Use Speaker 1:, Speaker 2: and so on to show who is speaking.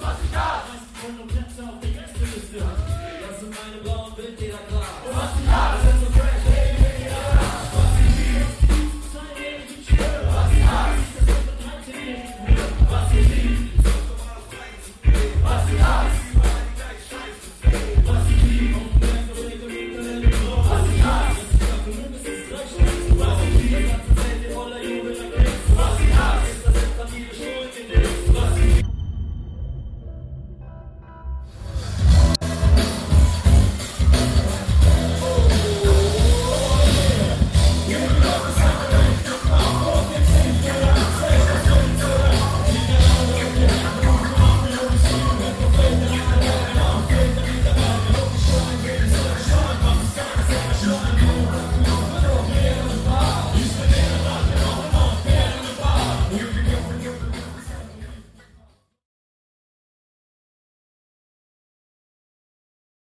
Speaker 1: Was ich hab!